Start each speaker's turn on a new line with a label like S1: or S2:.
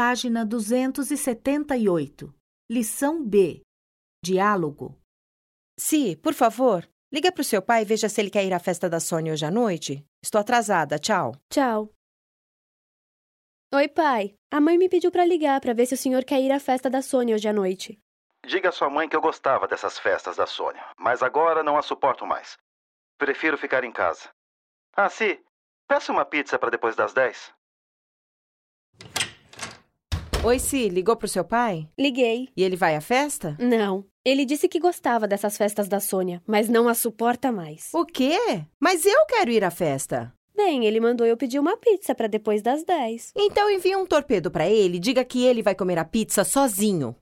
S1: Página 278. Lição B. Diálogo.
S2: Si, por favor, liga pro seu pai e veja se ele quer ir à festa da Sônia hoje à noite. Estou atrasada, tchau.
S3: Tchau. Oi, pai. A mãe me pediu pra ligar pra ver se o senhor quer ir à festa da Sônia hoje à noite.
S4: Diga à sua mãe que eu gostava dessas festas da Sônia, mas agora não a suporto mais. Prefiro ficar em casa. Ah, sim. Peça uma pizza para depois das 10.
S2: Oi, Si, ligou pro seu pai?
S3: Liguei.
S2: E ele vai à festa?
S3: Não. Ele disse que gostava dessas festas da Sônia, mas não a suporta mais.
S2: O quê? Mas eu quero ir à festa.
S3: Bem, ele mandou eu pedir uma pizza pra depois das 10.
S2: Então envia um torpedo pra ele, diga que ele vai comer a pizza sozinho.